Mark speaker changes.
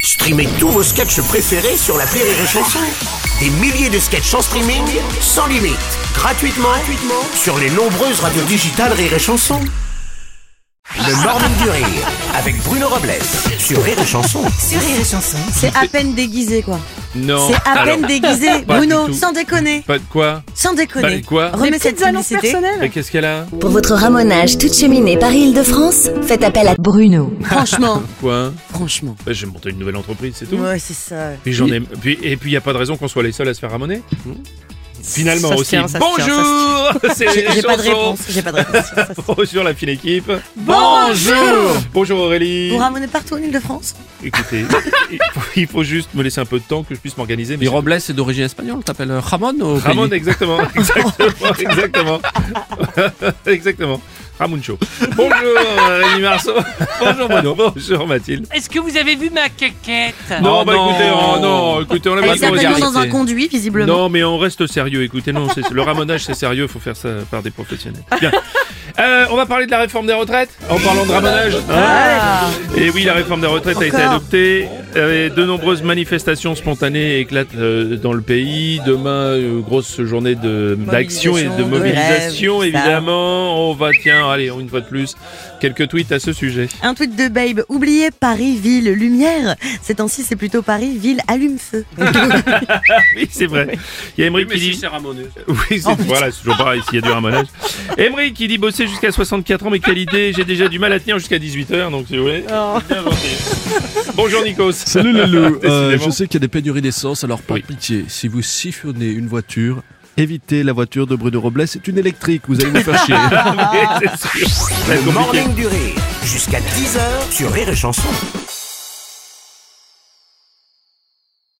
Speaker 1: Streamez tous vos sketchs préférés sur la Rire et Chanson. Des milliers de sketchs en streaming, sans limite, gratuitement, gratuitement sur les nombreuses radios digitales Rire et Chanson. Le Morning du Rire avec Bruno Robles sur Rire et Chanson.
Speaker 2: Sur Rire et Chanson. C'est à peine déguisé, quoi.
Speaker 3: Non.
Speaker 2: C'est à
Speaker 3: Oh. Alors,
Speaker 2: peine déguisé.
Speaker 3: pas du
Speaker 2: Bruno,
Speaker 3: tout.
Speaker 2: sans déconner.
Speaker 3: Pas de quoi
Speaker 2: Sans
Speaker 3: Pas
Speaker 2: déconner.
Speaker 3: de quoi
Speaker 2: Remets cette publicité.
Speaker 3: Mais qu'est-ce qu'elle a
Speaker 4: Pour votre ramonage toute cheminée par Île-de-France, faites appel à Bruno.
Speaker 2: Franchement.
Speaker 3: Quoi
Speaker 2: Franchement.
Speaker 3: Bah, J'ai monté une nouvelle entreprise, c'est tout.
Speaker 2: Ouais, c'est ça.
Speaker 3: Puis j'en ai. Puis, et puis il y a pas de raison qu'on soit les seuls à se faire ramoner. Hmm Finalement
Speaker 2: Ça se
Speaker 3: aussi.
Speaker 2: tient, ça se tient,
Speaker 3: Bonjour. C'est les
Speaker 2: J'ai pas de
Speaker 3: chansons.
Speaker 2: réponse. J'ai pas de réponse. Ça se tient.
Speaker 3: Bonjour la fine équipe. Bonjour. Bonjour Aurélie.
Speaker 2: Vous ramenez partout en Ile-de-France
Speaker 3: Écoutez, il faut, il faut juste me laisser un peu de temps que je puisse m'organiser. mais
Speaker 5: Mais Robles est d'origine espagnole, t'appelles euh, Ramon au
Speaker 3: c'est- Ramon,
Speaker 5: pays
Speaker 3: exactement, exactement, exactement, exactement. Ramuncho. Bonjour Rémi Marceau. Bonjour Bruno. Bonjour Mathilde.
Speaker 6: Est-ce que vous avez vu ma caquette
Speaker 3: Non,
Speaker 5: Oh
Speaker 3: bah
Speaker 5: non.
Speaker 3: écoutez, oh non, écoutez, on
Speaker 2: Elle est
Speaker 3: est
Speaker 5: Exactement.
Speaker 2: certainement dans
Speaker 5: regardez.
Speaker 2: un conduit, visiblement.
Speaker 3: Non, mais on reste sérieux. Écoutez, non, c'est- le ramonage, c'est sérieux. Faut faire ça par des professionnels. Bien. Euh, on va parler de la réforme des retraites en parlant de ramonage. Ah. Et oui, la réforme des retraites a été
Speaker 2: Ah. Encore.
Speaker 3: adoptée. Euh, de nombreuses manifestations spontanées éclatent euh, dans le pays. Demain, euh, grosse journée de- d'action et de
Speaker 2: Mobilisation, de
Speaker 3: mobilisation,
Speaker 2: grève, ça.
Speaker 3: évidemment. On va, tiens, allez, une fois de plus, quelques tweets à ce sujet.
Speaker 2: Un tweet de Babe. Oubliez Paris, ville, lumière. Ces temps-ci, c'est plutôt Paris, ville, allume-feu.
Speaker 3: Oui, c'est vrai. Il y a Emery qui dit. Oui, c'est voilà, c'est toujours pareil, s'il y a du ramonage. Emery qui dit bosser jusqu'à 64 ans, mais quelle idée, j'ai déjà du mal à tenir jusqu'à 18h, donc si vous voulez. Bien inventé. Bonjour Nikos.
Speaker 5: Salut les loups Euh,
Speaker 3: Décidément.
Speaker 5: Je sais qu'il y a des pénuries d'essence, alors par
Speaker 3: Oui.
Speaker 5: pitié, si vous siphonnez une voiture, évitez la voiture de Bruno Robles, c'est une électrique, vous allez vous faire chier.
Speaker 3: Oui, c'est sûr. Très
Speaker 1: Le
Speaker 3: compliqué.
Speaker 1: Morning du Rire jusqu'à 10h sur Rire et Chanson.